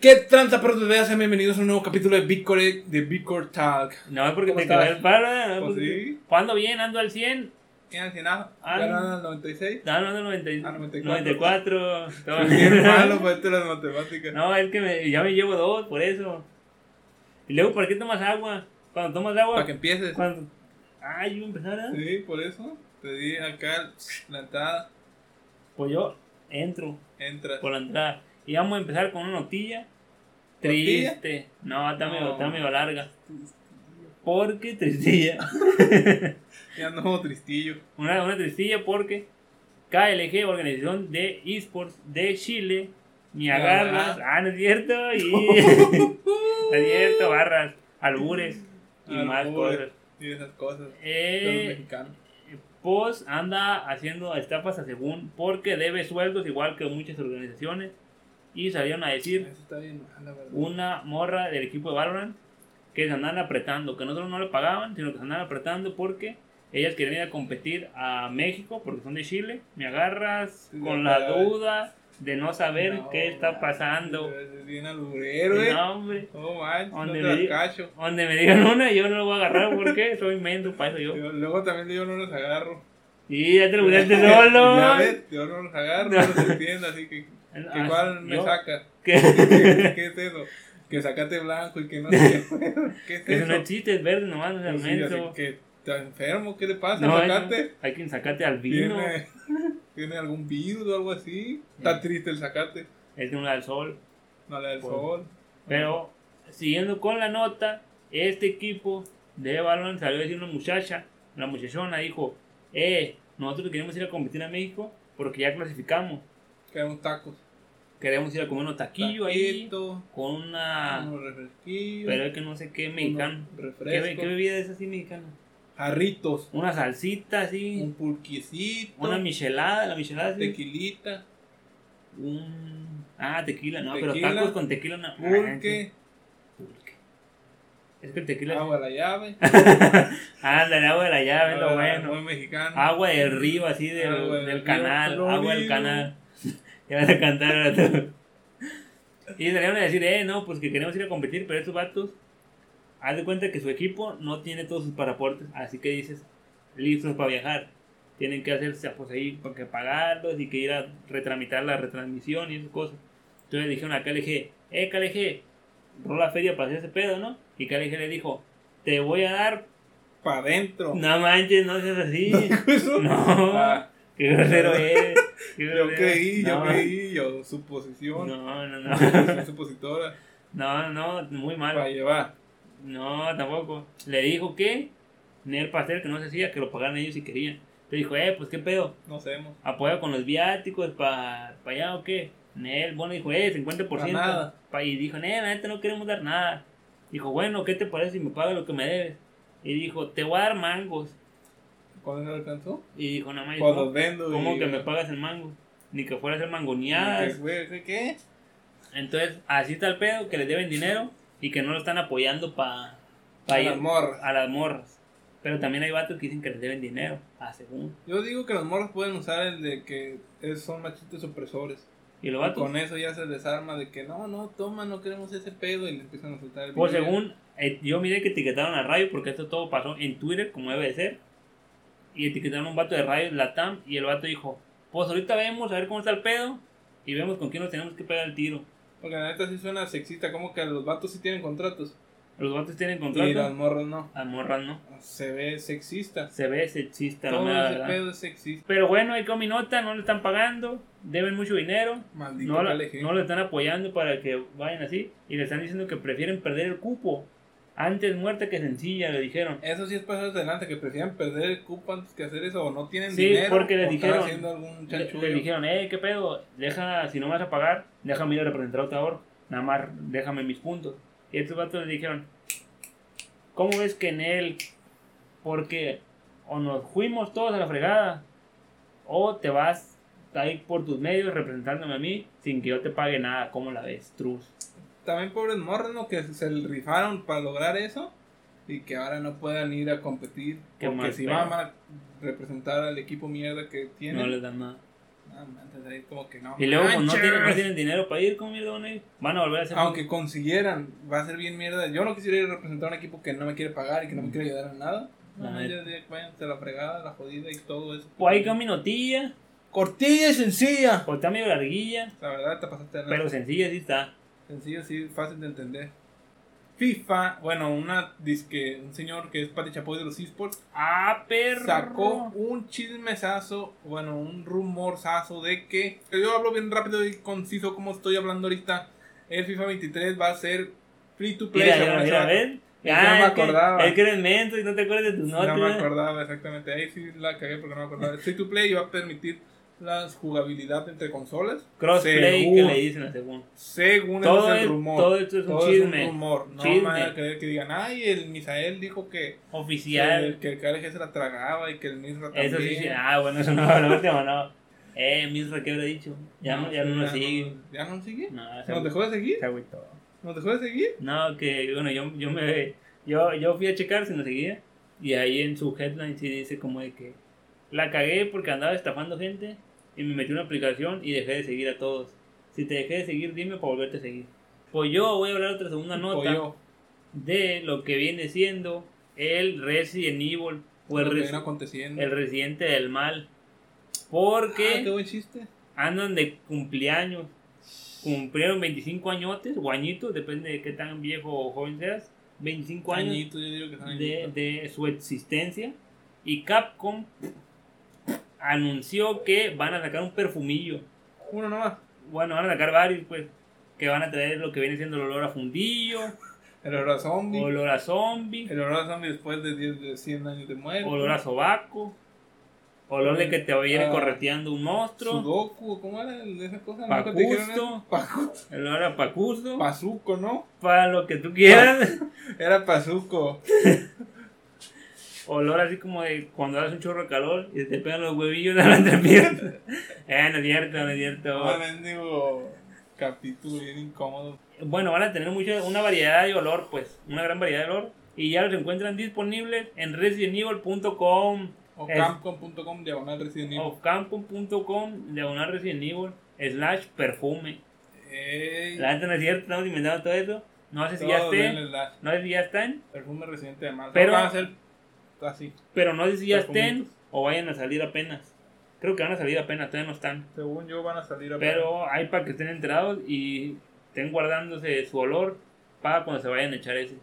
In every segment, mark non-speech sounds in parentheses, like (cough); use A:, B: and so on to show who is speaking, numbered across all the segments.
A: ¿Qué tranza, perros bebés? Sean bienvenidos a un nuevo capítulo de Bitcore, de Bitcore Talk.
B: No es porque
A: ¿Cómo
B: me quedó
A: estás?
B: el paro. ¿eh? No,
A: Pues
B: porque-
A: sí.
B: ¿Cuándo bien? Ando al 100.
A: ¿Quién al nada?
B: Ah,
A: ¿Ganaron al 96?
B: No, no, no, 90,
A: Ah,
B: 94. todo
A: Es
B: bien.
A: Bien (laughs) malo pues. para esto de las matemáticas.
B: No, es que me- ya me llevo dos, por eso. Y luego, ¿para qué tomas agua? Cuando tomas agua.
A: Para que empieces.
B: Cuando... Ah, yo iba a empezar, ¿ah?
A: Sí, por eso te di acá la entrada.
B: Pues yo entro
A: Entras.
B: por la entrada. Y vamos a empezar con una notilla.
A: ¿Notilla?
B: Triste. No, está, Medio,
A: No.
B: está medio larga. Porque tristilla.
A: Ya no, tristillo.
B: Una, una tristilla porque KLG, organización de esports de Chile, me agarras, ah, no es cierto, y (laughs) no es cierto, barras, albures y más
A: Albures.
B: cosas.
A: Y esas cosas. De los
B: Eh,
A: mexicanos.
B: Pos anda haciendo estafas a según porque debe sueldos igual que muchas organizaciones y salieron a
A: Eso
B: decir
A: está bien mal, la verdad.
B: una morra del equipo de Valorant que se andaban apretando, que nosotros no le pagaban, sino que se andaban apretando porque ellas querían ir a competir a México porque son de Chile. Me agarras
A: Sí,
B: con
A: no
B: la
A: pagaban.
B: duda de no saber
A: No,
B: qué está
A: man,
B: pasando.
A: Es bien alburero, eh.
B: No, hombre.
A: No manches, no
B: Donde
A: te
B: me
A: las
B: di-
A: cacho.
B: Donde me digan una, yo no lo voy a agarrar porque soy menso para eso yo.
A: Yo- Luego también yo no los agarro.
B: Y ya te lo pusiste solo.
A: Pues, (laughs) Ya ves, yo no los agarro, no, los entiendo, así que, que
B: Ah,
A: igual me
B: yo-
A: sacas. (laughs)
B: que-
A: ¿Qué, qué es eso? Que sacaste blanco y que no
B: (laughs)
A: sé qué. ¿Qué es
B: que eso no
A: eso?
B: existe, es verde nomás, no es
A: Pues sí, así
B: menso.
A: que estás enfermo, ¿qué le pasa?
B: No, hay-
A: ¿Sacate?
B: hay quien sacate al vino,
A: ¿Tiene, (laughs) ¿Tiene algún virus o algo así? Está triste el sacate,
B: es de un al sol.
A: no le da el
B: Pues,
A: sol.
B: Pero siguiendo con la nota, este equipo de Valorant salió a decir una muchacha, una muchachona dijo, eh, nosotros queremos ir a competir a México porque ya clasificamos,
A: Quedan tacos.
B: queremos ir a comer unos taquillos ahí
A: Taquito,
B: con una,
A: unos refresquillos,
B: pero es que no sé qué mexicano,
A: unos
B: ¿qué, be-
A: refrescos,
B: qué bebida es así mexicana?
A: jarritos,
B: Una salsita así,
A: un purquicito,
B: una michelada, la michelada así,
A: tequilita,
B: un, ah, tequila, no,
A: Tequila,
B: pero tacos con tequila, no, Ah,
A: pulque,
B: pulque. es que el tequila,
A: agua a la llave.
B: (laughs) ándale, agua de la llave, es Ah, lo
A: Ah, Agua-
B: bueno. Ah.
A: Muy mexicano.
B: Agua del río, así del,
A: Agua del
B: del
A: río,
B: canal,
A: lo
B: agua del
A: mismo.
B: canal. ya vas a cantar ahora tú. Y salieron a decir, eh, no, pues que queremos ir a competir, pero estos vatos, haz de cuenta que su equipo no tiene todos sus paraportes, así que dices, listos para viajar. Tienen que hacerse, pues ahí, porque pagarlos y que ir a retramitar la retransmisión y esas cosas. Entonces dijeron a KLG, eh, KLG, rola la feria para hacer ese pedo, ¿no? Y KLG le dijo, te voy a dar,
A: Para adentro. (laughs)
B: no manches, no seas así. (laughs)
A: Eso.
B: No.
A: Ah,
B: Qué grosero es. qué
A: yo
B: grosero.
A: creí, yo
B: No,
A: creí, yo suposición.
B: No, no,
A: (laughs) Suposición
B: no.
A: Supositora.
B: No, no, muy
A: Para
B: mal.
A: llevar.
B: No, tampoco. Le dijo que ni el pastel que no se hacía, que lo pagaran ellos si querían. Le dijo, eh, pues qué pedo,
A: No sabemos.
B: apoyo con los viáticos para allá o qué. Nel, bueno, dijo, eh, 50%.
A: Pa' nada.
B: Pa- y dijo, nel, la neta no queremos dar nada. Dijo, bueno, ¿qué te parece si me pagas lo que me debes? Y dijo, te voy a dar mangos.
A: ¿Cuándo se alcanzó?
B: Y dijo, no mames,
A: Cuando
B: ¿cómo,
A: vendo.
B: cómo
A: y-
B: que me pagas el mango? Ni que fuera a ser
A: ¿Qué
B: mangoneadas.
A: fue? ¿Qué? ¿Qué?
B: Entonces, así está el pedo, que les deben dinero y que no lo están apoyando para
A: A las morras.
B: a las morras. Pero también hay vatos que dicen que les deben dinero, a según.
A: Yo digo que los morros pueden usar el de que es- son machistas opresores.
B: Y los
A: Y
B: vatos,
A: con eso ya se desarma de que no, no, toma, no queremos ese pedo. Y le empiezan a soltar el
B: por
A: video.
B: según, eh, yo miré que etiquetaron a Rayo, porque esto todo pasó en Twitter, como debe de ser. Y etiquetaron a un vato de Rayo, Latam, y el vato dijo, pues ahorita vemos, a ver cómo está el pedo, y vemos con quién nos tenemos que pegar el tiro.
A: Porque la neta sí suena sexista. Como que los vatos sí tienen contratos.
B: Los vatos tienen
A: Y las
B: contrato,
A: morras no.
B: a morras no.
A: Se ve sexista.
B: Se ve sexista, la
A: Todo
B: mera
A: ese
B: verdad.
A: pedo es sexista.
B: Pero bueno, ahí con mi nota, no le están pagando, deben mucho dinero,
A: Maldito
B: no, la-
A: KLG.
B: no lo están apoyando para que vayan así y le están diciendo que prefieren perder el cupo. Antes muerta que sencilla, le dijeron.
A: Eso sí es pasar adelante, que prefieren perder el cupo antes que hacer eso, o no tienen
B: Sí,
A: dinero.
B: porque les
A: o están
B: dijeron-
A: haciendo algún
B: Le,
A: chanchullo.
B: le dijeron, eh, qué pedo, deja, si no me vas a pagar, déjame ir a representar a otra hora, nada más déjame mis puntos. Y estos vatos le dijeron, ¿cómo ves que en él, porque o nos fuimos todos a la fregada, o te vas ahí por tus medios representándome a mí sin que yo te pague nada, ¿cómo la ves, Truz?
A: También pobres morros, ¿no? Que se rifaron para lograr eso y que ahora no puedan ir a competir.
B: Qué
A: porque
B: mal
A: si
B: pedo.
A: van a representar al equipo mierda que tienen,
B: No
A: no,
B: les dan nada.
A: No, antes de ahí como que no.
B: Y luego pues, no,
A: manches.
B: tienen, no tienen dinero para ir, ¿cómo mierda van a ir? Van a volver a hacer...
A: Aunque consiguieran, va a ser bien mierda. Yo no quisiera ir a representar a un equipo que no me quiere pagar y que no me quiere ayudar en nada.
B: La
A: No,
B: neta. Pues
A: yo diría que vayan a la fregada, la jodida y todo eso.
B: O hay caminotilla,
A: Cortilla y sencilla.
B: o está medio larguilla,
A: La verdad te pasaste de lanza.
B: pero sencilla sí está.
A: Sencillo, sí, fácil de entender. FIFA, bueno, una disque, un señor que es Pati Chapoy de los esports,
B: Ah, perro.
A: sacó un chismesazo, bueno, un rumorzazo de que, yo hablo bien rápido y conciso como estoy hablando ahorita, el FIFA 23 va a ser free to play.
B: Mira,
A: se llama
B: mira, mira,
A: esa-
B: ven.
A: Ya
B: Ah,
A: me
B: es que-
A: acordaba.
B: Es que eres mento y no te acuerdas de ¿eh? tus notas.
A: No me
B: ¿verdad?
A: acordaba exactamente, ahí sí la cagué porque no me acordaba. El free to play va a permitir la jugabilidad entre consolas.
B: Crossplay que
A: Según-
B: le dicen a según.
A: Según
B: Todo
A: ese uh. es
B: es-
A: el rumor.
B: todo esto es un chisme.
A: rumor. No
B: Chisme.
A: me van a creer que digan, ay, el Misael dijo que, que,
B: Oficial.
A: que el KLG se la tragaba y que el Misra también.
B: Eso sí, sí. Ah, bueno, eso no, (laughs) lo último no. Eh, Misra, ¿qué habrá dicho? Ya no, ya no
A: sí,
B: nos sigue.
A: ¿Ya no nos sigue?
B: No, se
A: ¿Nos dejó de seguir?
B: se agüitó.
A: ¿Nos dejó de seguir?
B: No, que bueno, yo, yo me yo, yo fui a checar si nos seguía y ahí en su headline sí dice como de que la cagué porque andaba estafando gente y me metí en una aplicación y dejé de seguir a todos. Si te dejé de seguir, dime para volverte a seguir. Pues yo voy a hablar otra segunda
A: Pues
B: nota
A: Pollo,
B: de lo que viene siendo el Resident Evil o el,
A: lo que
B: res-
A: viene aconteciendo.
B: el residente del mal.
A: Ah,
B: Porque
A: qué buen chiste.
B: andan de cumpleaños. Cumplieron 25 añotes o añitos, depende de qué tan viejo o joven seas. 25 años
A: Añito, yo digo que son
B: de,
A: añitos.
B: de su existencia. Y Capcom anunció que van a sacar un perfumillo.
A: Uno nomás.
B: Bueno, van a sacar varios, pues. Que van a traer lo que viene siendo el olor a fundillo,
A: El olor a zombie.
B: olor a zombie,
A: El olor a zombie después de, 10, de 100 años de muerte.
B: olor a sobaco, olor de que te viene
A: Ah.
B: correteando un monstruo,
A: Sudoku, ¿cómo era el de esa cosa? ¿Nunca te dijeron eso?
B: pacusto,
A: Pacusto.
B: el olor a pacusto,
A: Pazuco, ¿no?
B: para lo que tú quieras.
A: Era Pazuco.
B: olor así como de cuando haces un chorro de calor y te pegan los huevillos (laughs) de la entrepierna. eh, no es cierto, no es cierto.
A: Un mendigo capítulo bien incómodo.
B: Bueno, van a tener mucha, una variedad de olor, pues, una gran variedad de olor. Y ya los encuentran disponibles en residentevil.com
A: O
B: Es- Oh.
A: Capcom.com diagonal Resident Evil.
B: o campo.com, diagonal Resident Evil, slash perfume.
A: Ey,
B: La gente no es cierto, estamos inventando todo eso. No sé si
A: todo
B: ya estén,
A: denle like.
B: no sé si ya están,
A: Perfume residente de mal.
B: Pero-
A: Pero va a ser así,
B: pero no sé si ya
A: Perfumitos.
B: estén o vayan a salir apenas. Creo que van a salir apenas, todavía no están.
A: según yo van a salir a
B: Pero hay para que estén enterados y estén guardándose su olor para cuando se vayan a echar ese.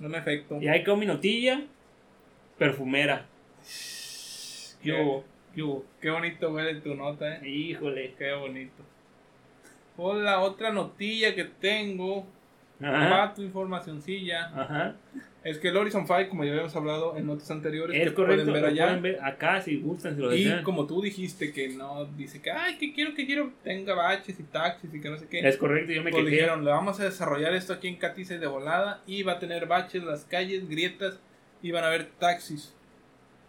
A: no me efecto.
B: Y hay cominotilla, perfumera. ¿Qué hubo? ¿Qué hubo?
A: Qué bonito huele tu nota, eh.
B: Híjole.
A: Qué bonito. Por la otra notilla que tengo,
B: Ajá.
A: para tu informacioncilla,
B: Ajá.
A: es que el Horizon 5, como ya habíamos hablado en notas anteriores,
B: Es
A: que
B: correcto.
A: pueden ver
B: lo
A: allá.
B: pueden ver acá si gustan, si lo
A: Y
B: desean.
A: como tú dijiste que no, dice que, ay, que quiero, que quiero, tenga baches y taxis y que no sé qué.
B: Es correcto, yo me
A: Pues
B: quejé.
A: dijeron, le vamos a desarrollar esto aquí en Catice de volada y va a tener baches, las calles, grietas y van a haber taxis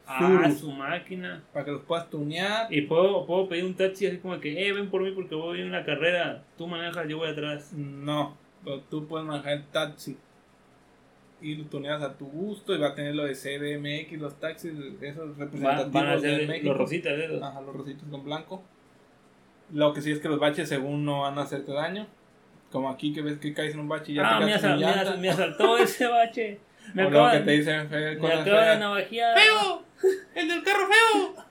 B: Ah,
A: Zurus.
B: su máquina.
A: para que los puedas tunear.
B: Y puedo, puedo pedir un taxi así como que, eh, ven por mí porque voy en una carrera. Tú manejas, yo voy atrás.
A: No, pero tú puedes manejar el taxi y lo tuneas a tu gusto y va a tener lo de CDMX, los taxis, esos
B: Va-
A: representativos
B: van a
A: de
B: ser
A: México. Ah,
B: los rositas de esos.
A: Ajá, los rositos con blanco. Lo que sí es que los baches según no van a hacerte daño. Como aquí que ves que caes en un bache y ya
B: Ah,
A: te
B: me,
A: caes sin
B: asal- me
A: llanta.
B: asal- me asaltó
A: (laughs)
B: ese bache. Me
A: O luego
B: acaba
A: que te dicen fe-
B: Me
A: cosas
B: acaba de
A: feas.
B: navajear.
A: ¡El del carro feo!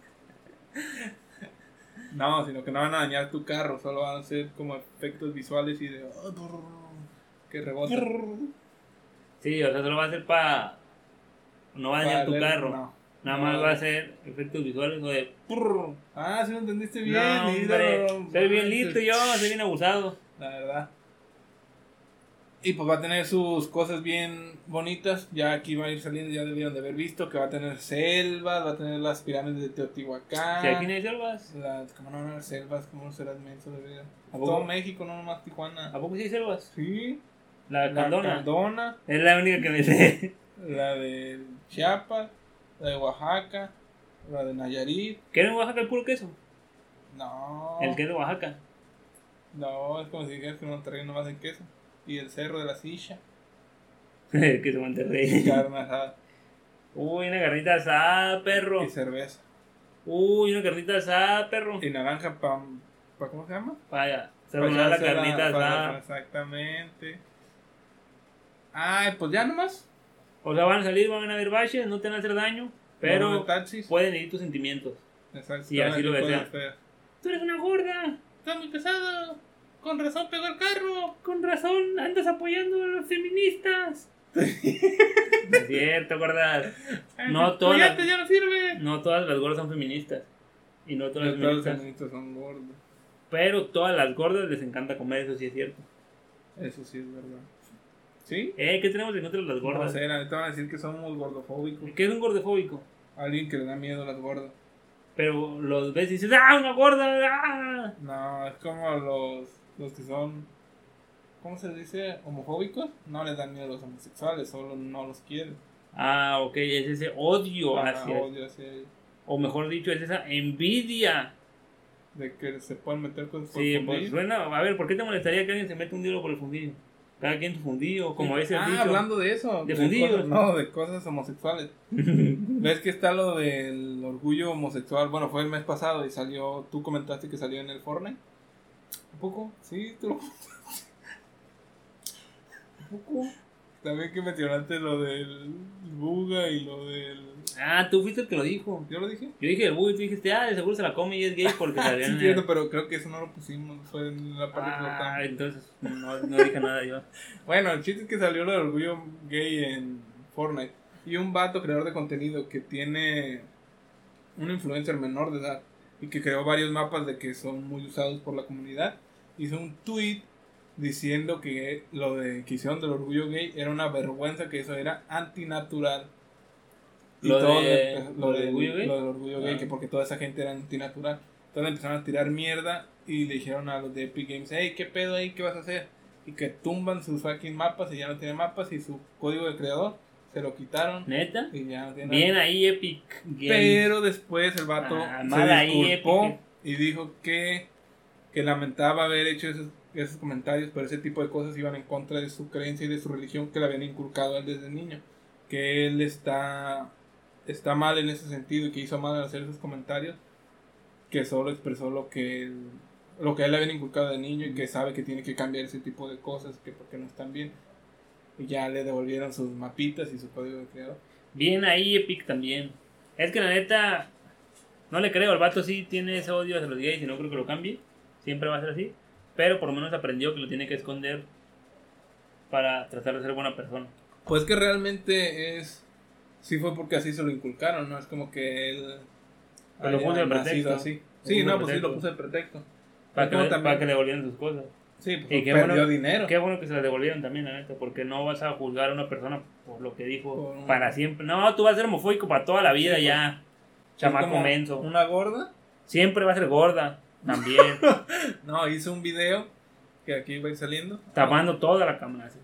A: No, sino que no van a dañar tu carro, solo van a ser como efectos visuales y de. "Ah, brr", que rebota.
B: Sí, o sea, solo va a ser para. No va a dañar tu carro.
A: No.
B: Nada más
A: No.
B: va a ser efectos visuales o de.
A: Brr. Ah, sí lo entendiste bien.
B: no, hombre.
A: ídolo.
B: Soy bien listo yo, soy bien abusado.
A: La verdad. Y pues va a tener sus cosas bien bonitas. Ya aquí va a ir saliendo, ya debieron de haber visto que va a tener selvas, va a tener las pirámides de Teotihuacán.
B: Si aquí no hay selvas,
A: Las, ¿Cómo no van a haber selvas? ¿Cómo no será inmenso de vida?
B: ¿A poco?
A: Todo México, no nomás
B: ¿a
A: Tijuana.
B: poco sí hay selvas?
A: Sí,
B: La,
A: la
B: candona.
A: Candona,
B: Es la única que me sé. (laughs)
A: la de Chiapas, la de Oaxaca, la de Nayarit.
B: ¿Qué en Oaxaca el puro queso?
A: No,
B: El que es de Oaxaca. (laughs)
A: no, es como si dijeras que Monterrey nomás en queso. Y el Cerro de la
B: (laughs)
A: Silla,
B: el queso Monterrey.
A: carne asada
B: Uy, una carnita asada, perro.
A: y cerveza.
B: Uy, una carnita asada, perro.
A: Y naranja para. Pa, ¿Cómo se llama?
B: Para
A: Para
B: saludar la
A: hacer
B: carnita
A: para-
B: asada.
A: Exactamente. Ay, pues ya nomás.
B: O sea, van a salir, van a ver baches, no te van a hacer daño,
A: No,
B: pero
A: no, taxis.
B: pueden ir tus sentimientos.
A: Exacto.
B: y así lo
A: pueden
B: desean.
A: hacer.
B: Tú eres una gorda,
A: Está muy pesado. Con razón pegó el carro.
B: con razón andas apoyando a
A: (laughs)
B: los feministas. No es cierto, gordas.
A: Ay,
B: No,
A: tu
B: todas las-
A: yate Eh, ya no sirve.
B: No todas las gordas son feministas. Y no todas las
A: Pero Todos los
B: feministas.
A: feministas son gordos.
B: Pero todas las gordas les encanta comer, eso sí es cierto.
A: Eso sí es verdad. ¿Sí?
B: Eh, ¿qué tenemos en contra de las
A: No
B: gordas?
A: sé, la neta van a decir que somos gordofóbicos.
B: ¿Qué es un gordofóbico?
A: Alguien que le da miedo a las gordas.
B: Pero los ves y dices, ¡ah, una gorda! ¡Ah!
A: No, es como los, los que son. ¿Cómo se dice? Homofóbicos. No les dan miedo a los homosexuales, solo no los quieren.
B: Ah, ok, es ese odio
A: Ajá,
B: hacia.
A: Ah, odio hacia ellos.
B: O mejor dicho, es esa envidia.
A: De que se pueden meter cosas por
B: Sí,
A: el
B: pues
A: fundillo.
B: suena. A ver, ¿por qué te molestaría que alguien se meta un dildo por el fundillo? Cada quien su fundillo, como a veces
A: Ah,
B: dicho.
A: hablando de eso.
B: De fundillos.
A: cosas- no, de cosas
B: (laughs)
A: homosexuales. ¿Ves que está lo del orgullo homosexual? Bueno, fue el mes pasado y salió. Tú comentaste que salió en el Fortnite. ¿Un poco? Sí, tú lo ¿Un poco? También que mencionaste lo del Buga y lo del.
B: ah, tú fuiste el que lo dijo.
A: ¿Yo lo dije?
B: Yo dije el bui, tú dijiste, ah, de seguro se la come y es gay porque
A: (laughs)
B: salió
A: Sí,
B: en
A: entiendo,
B: el-
A: pero creo que eso no lo pusimos. Fue en la parte que
B: Ah,
A: cortamos.
B: entonces no, no dije nada yo.
A: Bueno, el chiste es que salió lo del orgullo gay en Fortnite. Y un vato creador de contenido que tiene un influencer menor de edad y que creó varios mapas de que son muy usados por la comunidad, hizo un tweet diciendo que lo de que hicieron del orgullo gay era una vergüenza, que eso era antinatural. Y
B: Lo
A: todos
B: de-
A: empe-
B: lo del orgullo gay.
A: lo del orgullo gay,
B: Ah.
A: que porque toda esa gente era antinatural. Entonces le empezaron a tirar mierda y le dijeron a los de Epic Games, hey, ¿qué pedo ahí? ¿Qué vas a hacer? Y que tumban sus fucking mapas y ya no tiene mapas y su código de creador se lo quitaron
B: ¿Neta?
A: y ya no tiene nada.
B: Bien ahí, Epic Games.
A: Pero después el vato
B: Ah, mal
A: se
B: ahí,
A: disculpó
B: Epic.
A: y dijo que, que lamentaba haber hecho esos, esos comentarios, pero ese tipo de cosas iban en contra de su creencia y de su religión que le habían inculcado a él desde niño. Que él está, está mal en ese sentido y que hizo mal al hacer esos comentarios, que solo expresó lo que él, lo que a él le habían inculcado de niño y que sabe que tiene que cambiar ese tipo de cosas, que porque no están bien. Y ya le devolvieron sus mapitas y su código de creador.
B: Bien ahí, Epic también. Es que la neta, no le creo, el vato sí tiene ese odio hacia los gays y no creo que lo cambie. Siempre va a ser así. Pero por lo menos aprendió que lo tiene que esconder para tratar de ser buena persona.
A: Pues que realmente es. Sí, fue porque así se lo inculcaron, ¿no? Es como que él.
B: Pero lo
A: haya
B: puso de
A: nacido
B: pretexto.
A: así.
B: Lo
A: Sí,
B: puso
A: no,
B: de
A: pues sí, lo
B: pretexto.
A: puso de pretexto.
B: Para
A: Es
B: que,
A: como
B: le,
A: también-
B: para que le devolvieran sus cosas.
A: Sí, pues
B: Y qué
A: perdió
B: bueno-
A: dinero.
B: Qué bueno que se las devolvieron también, la neta. Porque no vas a juzgar a una persona por lo que dijo
A: Por-
B: para siempre. No, tú vas a ser homofóbico para toda la vida
A: Sí,
B: ya.
A: Es
B: Chamaco
A: como
B: menso.
A: Una gorda.
B: Siempre va a ser gorda
A: (laughs)
B: también.
A: No, hizo un video que aquí va a ir saliendo.
B: tapando toda la cámara. así.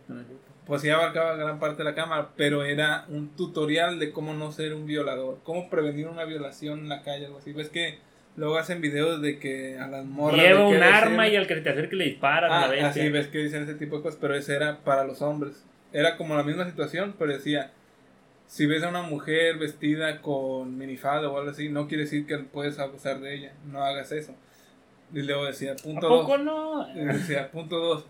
A: Pues sí, abarcaba gran parte de la cámara, pero era un tutorial de cómo no ser un violador, cómo prevenir una violación en la calle, algo así. Ves que luego hacen videos de que a las morras.
B: Lleva un arma y al que te acerque le disparas a
A: Ah,
B: la bestia.
A: así ves que dicen ese tipo de cosas, pero ese era para los hombres. Era como la misma situación, pero decía, si ves a una mujer vestida con minifalda o algo así, no quiere decir que puedes abusar de ella, no hagas eso. Y luego decía,
B: ¿A
A: punto
B: poco
A: dos,
B: no?
A: y decía, punto dos,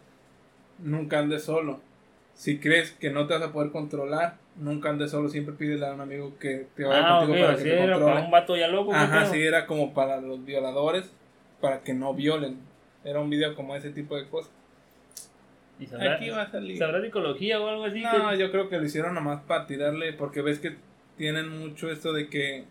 A: nunca andes solo. Si crees que no te vas a poder controlar, nunca andes solo, siempre pídele a un amigo que te vaya
B: Ah, ok,
A: contigo para que
B: así
A: te
B: era
A: controle.
B: para un vato ya loco. ¿qué
A: Ajá,
B: pedo?
A: sí, era como para los violadores, para que no violen. Era un video como ese tipo de cosas.
B: ¿Y sabrá,
A: Aquí va a salir.
B: ¿Sabrá psicología o algo así?
A: No,
B: que-
A: yo creo que lo hicieron nomás para tirarle, porque ves que tienen mucho esto de que,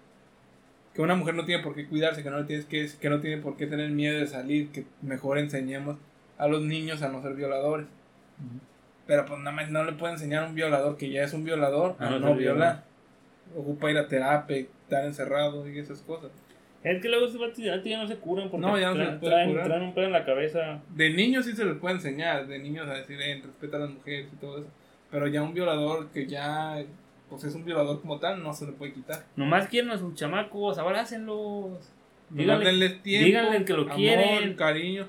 A: que una mujer no tiene por qué cuidarse, que no, le tienes que, que no tiene por qué tener miedo de salir, que mejor enseñemos a los niños a no ser violadores.
B: Ujú.
A: Pero pues nada más no le puede enseñar a un violador que ya es un violador
B: A
A: a
B: no
A: no,
B: ser
A: violar. Ocupa ir a terapia, estar encerrado y esas cosas.
B: Es que luego esos vatos ya ya no se curan porque
A: No, ya no se
B: tra-
A: puede
B: traen,
A: curar.
B: traen un pedo en la cabeza.
A: De niños sí se les puede enseñar, de niños a decir, eh, respeta a las mujeres y todo eso. Pero ya un violador que ya pues es un violador como tal, no se le puede quitar.
B: Nomás quieren a sus chamacos, abrácenlos.
A: Díganle,
B: Díganle-
A: tiempo,
B: díganle que lo quieren.
A: cariño.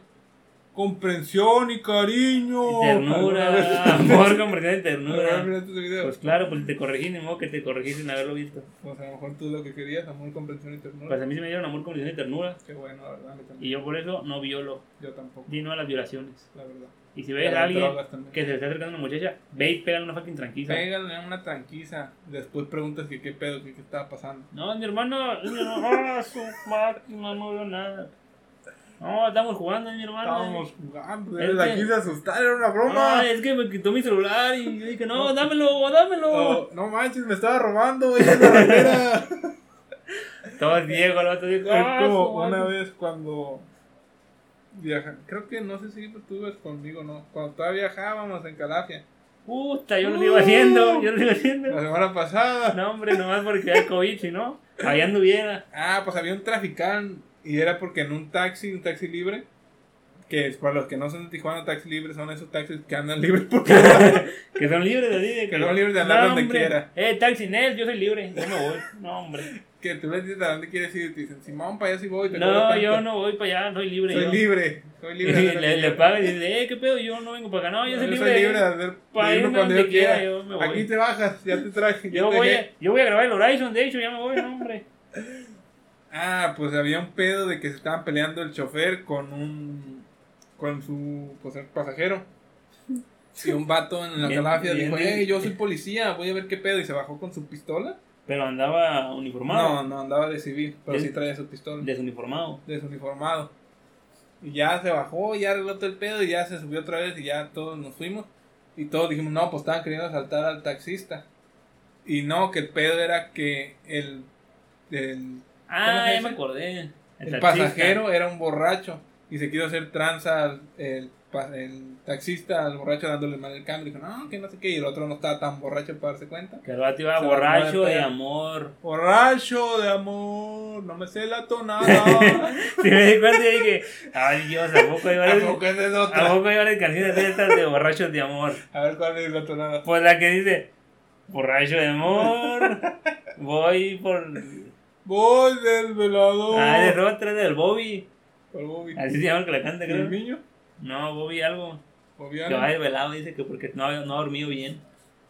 A: comprensión y cariño. (laughs)
B: Ternura, amor convertido en
A: Alguna
B: ternura.
A: vez miraste ese video?
B: Pues claro, pues te corregí, ni modo que te corregí sin haberlo visto.
A: Pues a lo mejor tú lo que querías, amor, comprensión y ternura.
B: Pues a mí se me dieron amor, condición y ternura.
A: Qué bueno, la verdad, a mí también.
B: Y yo por eso no violo.
A: Yo tampoco,
B: Di no a las violaciones.
A: la verdad.
B: Y si ves
A: Pero
B: a alguien
A: drogas también.
B: que se le está acercando a una muchacha, ve y pégale una fucking tranquisa.
A: Pégale una tranquiza. Después preguntas que qué pedo, que qué estaba pasando.
B: No, mi hermano, mi hermano, ah, su máquina, no veo nada. No, estamos jugando, mi hermano.
A: Estábamos jugando,
B: Es
A: yo la
B: que-
A: quise asustar, era una broma.
B: No, es que me quitó mi celular y yo dije, no, dámelo, dámelo.
A: Oh, no manches, me estaba robando, güey, en la
B: (laughs)
A: bandera.
B: Todo ciego, el vato dijo, ah,
A: Es como
B: su
A: una
B: madre.
A: vez cuando viajan, creo que no sé si tú ibas conmigo, no, cuando todavía viajábamos en Calafia,
B: Puta, yo lo sigo haciendo, yo lo sigo
A: la
B: haciendo.
A: semana pasada.
B: No, hombre, nomás porque hay COVID, si no, allá anduviera.
A: Ah, pues había un traficante y era porque en un taxi, un taxi libre, que es para los que no son de Tijuana, taxi libre son esos taxis que andan libres
B: (laughs)
A: porque
B: Que son libres de así de
A: Que son libres de andar donde
B: hombre.
A: quiera.
B: Eh, taxi Nel, yo soy libre, yo me voy. No, hombre.
A: que tú les dices a dónde quieres ir y te dicen, Simón, para allá sí voy, te cobro
B: No,
A: tanto".
B: yo no voy para allá, soy libre.
A: Soy
B: yo.
A: libre, soy
B: (laughs) Y
A: libre. de hacer lo
B: le,
A: que
B: le
A: quiera.
B: paga y dice, eh, qué pedo, yo no vengo para acá. No, yo soy
A: Yo
B: libre.
A: soy libre de hacer
B: Para
A: de irme
B: irme
A: cuando
B: donde
A: yo quiera.
B: quiera, yo me voy.
A: Aquí te bajas, ya te traje. ya
B: Yo
A: te
B: voy,
A: dejé.
B: a, yo voy a grabar el Horizon, de hecho, ya me voy, no, hombre.
A: Ah, pues había un pedo de que se estaban peleando el chofer con un. con su. pues el pasajero. Y un vato en la
B: Bien,
A: calafia
B: bien,
A: dijo,
B: bien.
A: hey, yo soy policía, voy a ver qué pedo. Y se bajó con su pistola.
B: Pero andaba
A: No,
B: uniformado,
A: no, andaba de civil, pero
B: Bien.
A: sí traía su pistola.
B: desuniformado.
A: Desuniformado. Y ya se bajó, ya arregló todo el pedo y ya se subió otra vez y ya todos nos fuimos. Y todos dijimos, no, pues estaban queriendo asaltar al taxista. Y no, que el pedo era que el- el ¿Cómo
B: Ah,
A: se
B: ya
A: dice?
B: me acordé. El,
A: El,
B: taxista.
A: pasajero era un borracho y se quiso hacer tranza al el, pa- el taxista al borracho dándole mal el cambio. Dijo, no, que no sé qué. Y el otro no estaba tan borracho para darse cuenta.
B: Que el vato iba
A: Se
B: borracho
A: armó de
B: de
A: pedo.
B: amor.
A: Borracho de amor, no me sé la (laughs) tonada.
B: (laughs) Si me di cuenta y dije, ay Dios, ¿a poco iba a haber,
A: Tampoco esa es
B: ¿a
A: otra.
B: poco iba a haber canciones de estas de borrachos de amor?
A: A ver cuál es la tonada.
B: Pues la que dice, borracho de amor, voy por...
A: Voy del velador.
B: Ah, de otra del Bobby.
A: Por Bobby.
B: Así se llama el que la canta,
A: ¿Y el
B: creo.
A: niño?
B: No, Bobby algo. Que va
A: Obviamente.
B: desvelado, dice que porque no, ha- no ha dormido bien.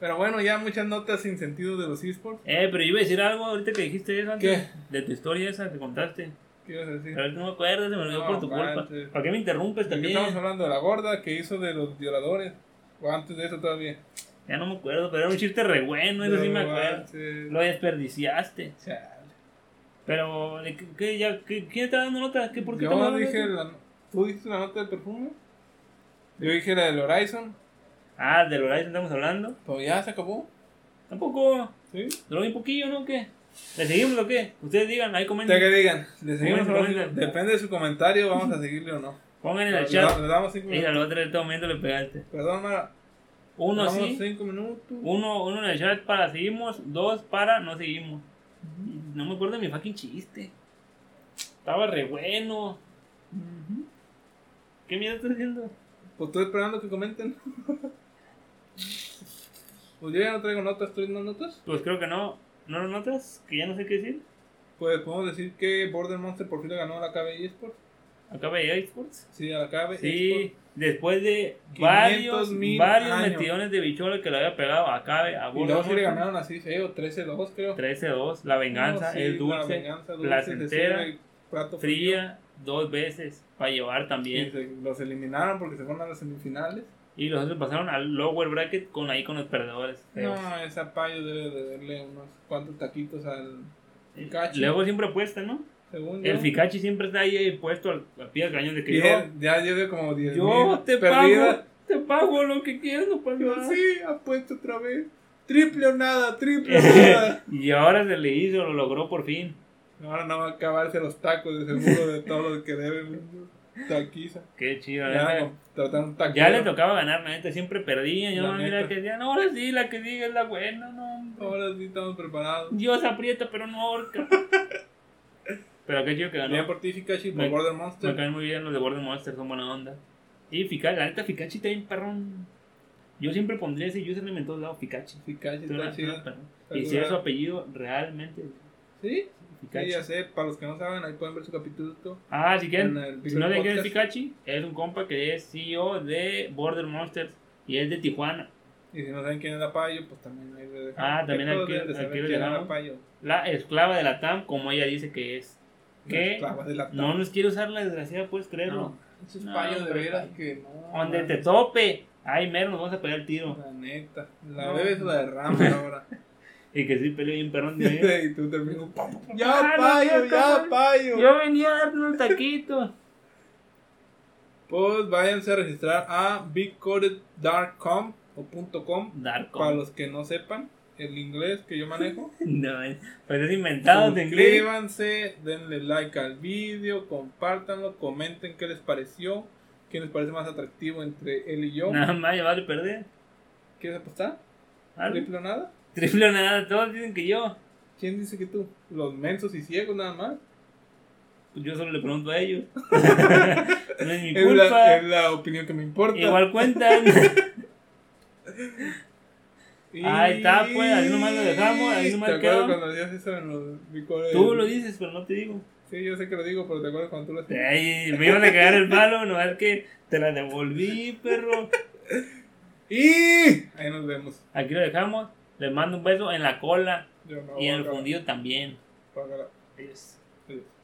A: Pero bueno, ya muchas notas sin sentido de los esports.
B: Eh, pero yo iba a decir algo ahorita que dijiste eso antes.
A: ¿Qué?
B: De tu historia esa que contaste.
A: ¿Qué ibas a decir?
B: Pero ahorita no me acuerdo, se me olvidó
A: No,
B: por tu culpa.
A: manches.
B: ¿Para qué me interrumpes
A: Aquí
B: también?
A: Estamos hablando de la gorda que hizo de los violadores. O antes de eso todavía.
B: Ya no me acuerdo, pero era un chiste re bueno, eso sí me acuerdo. Lo
A: acuerdo.
B: desperdiciaste. Pero, ¿de ¿qué, qué- ya, qué- ¿quién está dando nota? ¿Qué, ¿Por qué estamos
A: Yo
B: dando
A: dije
B: nota?
A: la, ¿Tú dijiste la nota del perfume? Yo dije la del Horizon.
B: Ah, del Horizon estamos hablando.
A: Pero ya se acabó.
B: Tampoco,
A: ¿Sí?
B: duró un poquillo, ¿no? ¿Qué? ¿Le seguimos o qué? Ustedes digan, ahí
A: Ya que
B: comenten.
A: digan. ¿le seguimos o no?
B: Comenten.
A: Depende de su comentario, vamos a seguirle o no.
B: Pongan en el
A: Le
B: chat.
A: da- le damos cinco
B: Y
A: minutos.
B: al otro en este momento le pegaste.
A: Perdón, Mara.
B: Uno
A: damos
B: sí,
A: cinco minutos.
B: uno, uno en el chat para seguimos, dos para no seguimos. No me acuerdo de mi fucking chiste. Estaba re bueno.
A: Ujú.
B: ¿Qué mierda estás haciendo?
A: Pues estoy esperando que comenten. (laughs) pues yo ya no traigo notas, ¿tú no notas?
B: Pues creo que no. ¿No lo notas? Que ya no sé qué decir.
A: Pues podemos decir que Border Monster por fin le ganó a la KB eSports.
B: Acaba de llegar Xbox.
A: Sí, a la KB
B: Sí, después de
A: 500
B: varios,
A: mil
B: varios
A: años.
B: metidones de bichola que le había pegado, acabe a
A: Y luego sí le
B: Borderlands.
A: ganaron así feo, 13-2 creo.
B: 13-2, la venganza
A: No, sí,
B: es
A: La
B: dulce,
A: venganza dulce,
B: placentera,
A: se sirve plato
B: fría, dos veces para llevar
A: frío.
B: también.
A: Y se- los eliminaron porque se fueron a las semifinales.
B: Y los otros pasaron al lower bracket con ahí con los perdedores. feos.
A: No, esa payo debe de darle unos cuantos taquitos al Ficachi.
B: Luego siempre apuesta, ¿no?
A: segundo.
B: El Ficachi siempre está ahí eh, puesto al, al pie del cañón de que
A: Bien, ya lleve como 10
B: yo, yo te
A: perdidas.
B: pago, te pago lo que quieras, no pasa
A: Yo,
B: nada.
A: sí, apuesto otra vez. Triple o nada, triple o
B: (laughs)
A: nada.
B: y ahora se le hizo, lo logró por fin.
A: Ahora no va a acabarse los tacos de seguro de todo lo que deben. Taquiza.
B: Qué chido, eh. la neta.
A: Ya, tratar un taquero.
B: Ya le tocaba ganar, la neta, siempre perdía. Yo
A: La
B: no mira
A: neta.
B: que decía, no, ahora sí, la que diga es la buena, no. hombre.
A: Ahora sí estamos preparados.
B: Dios aprieta, pero no ahorca.
A: (laughs)
B: pero qué chido que ganó.
A: Bien por ti, Fikashi, por
B: Me-
A: Border
B: Me
A: Monster.
B: caen muy bien los de Border Monster, son buena onda. Y Fikachi, la neta, Fikachi está bien perrón. Yo siempre pondría ese username en todos lados, Fikachi.
A: Fikashi
B: Está
A: está
B: una-
A: chida.
B: una perrón.
A: Está
B: Y si es su
A: curada.
B: apellido realmente
A: ¿Sí? Sí,
B: Pikachu.
A: ya sé, para los que no saben, ahí pueden ver su capítulo.
B: Ah, si
A: En
B: quieren,
A: el
B: si no
A: Pikachu
B: le quieren
A: podcast.
B: Pikachu, es un compa que es CEO de Border Monsters y es de Tijuana.
A: Y si no saben quién es Lapayo, pues también ahí le dejamos.
B: Ah, también
A: Que todos
B: aquí-
A: deben de saber
B: aquí lo
A: quién es
B: dejamos.
A: Lapayo.
B: La esclava de la TAM, como ella dice que es.
A: La
B: ¿Qué?
A: esclava de la
B: No nos quiere usar la desgraciada, puedes creerlo.
A: No, esos
B: No,
A: payos de
B: pero-
A: veras que no.
B: Donde
A: man.
B: te tope. Ay, mero, nos vamos a pegar el tiro.
A: La neta. La
B: No.
A: bebes o la derramas ahora.
B: Y que (laughs) sí, peleó bien perrón.
A: (laughs)
B: ¿eh?
A: y tú te pum, pum, pum.
B: Ah,
A: Ya,
B: no,
A: payo,
B: no,
A: ya,
B: no.
A: payo.
B: Yo venía a darle un taquito.
A: Pues váyanse a registrar a bigcoded.com o punto .com.
B: Darko.
A: Para los que no sepan el inglés que yo manejo.
B: (laughs) No, es- pues es inventado de inglés.
A: Suscríbanse, denle like al vídeo, compártanlo, comenten qué les pareció, qué les parece más atractivo entre él y yo.
B: Nada más llevarle a perder.
A: ¿Quieres apostar?
B: Algo.
A: ¿Triple o nada?
B: Triple o nada, todos dicen que yo.
A: ¿Quién dice que tú? Los mensos y ciegos nada más.
B: Pues yo solo le pregunto
A: (laughs)
B: a ellos. no es mi
A: Es la,
B: culpa.
A: es la opinión que me importa.
B: Igual
A: (laughs)
B: cuentan.
A: Y-
B: Ahí está, pues, ahí nomás lo dejamos, ahí nomás
A: ¿Te acuerdas
B: quedó?
A: cuando hacías eso en los bicores?
B: Tú lo dices, Eh. pero no te digo.
A: Sí, yo sé que lo digo, pero ¿te acuerdas cuando tú lo hacías?
B: Ay, me iban a cagar el palo, no es que te la devolví, perro.
A: Y ahí nos vemos.
B: Aquí lo dejamos. Les mando un beso en la cola
A: Yo me
B: y
A: voy
B: en
A: a
B: el
A: acabar-
B: fundido también.
A: voy a acabar.
B: Adiós.
A: Adiós.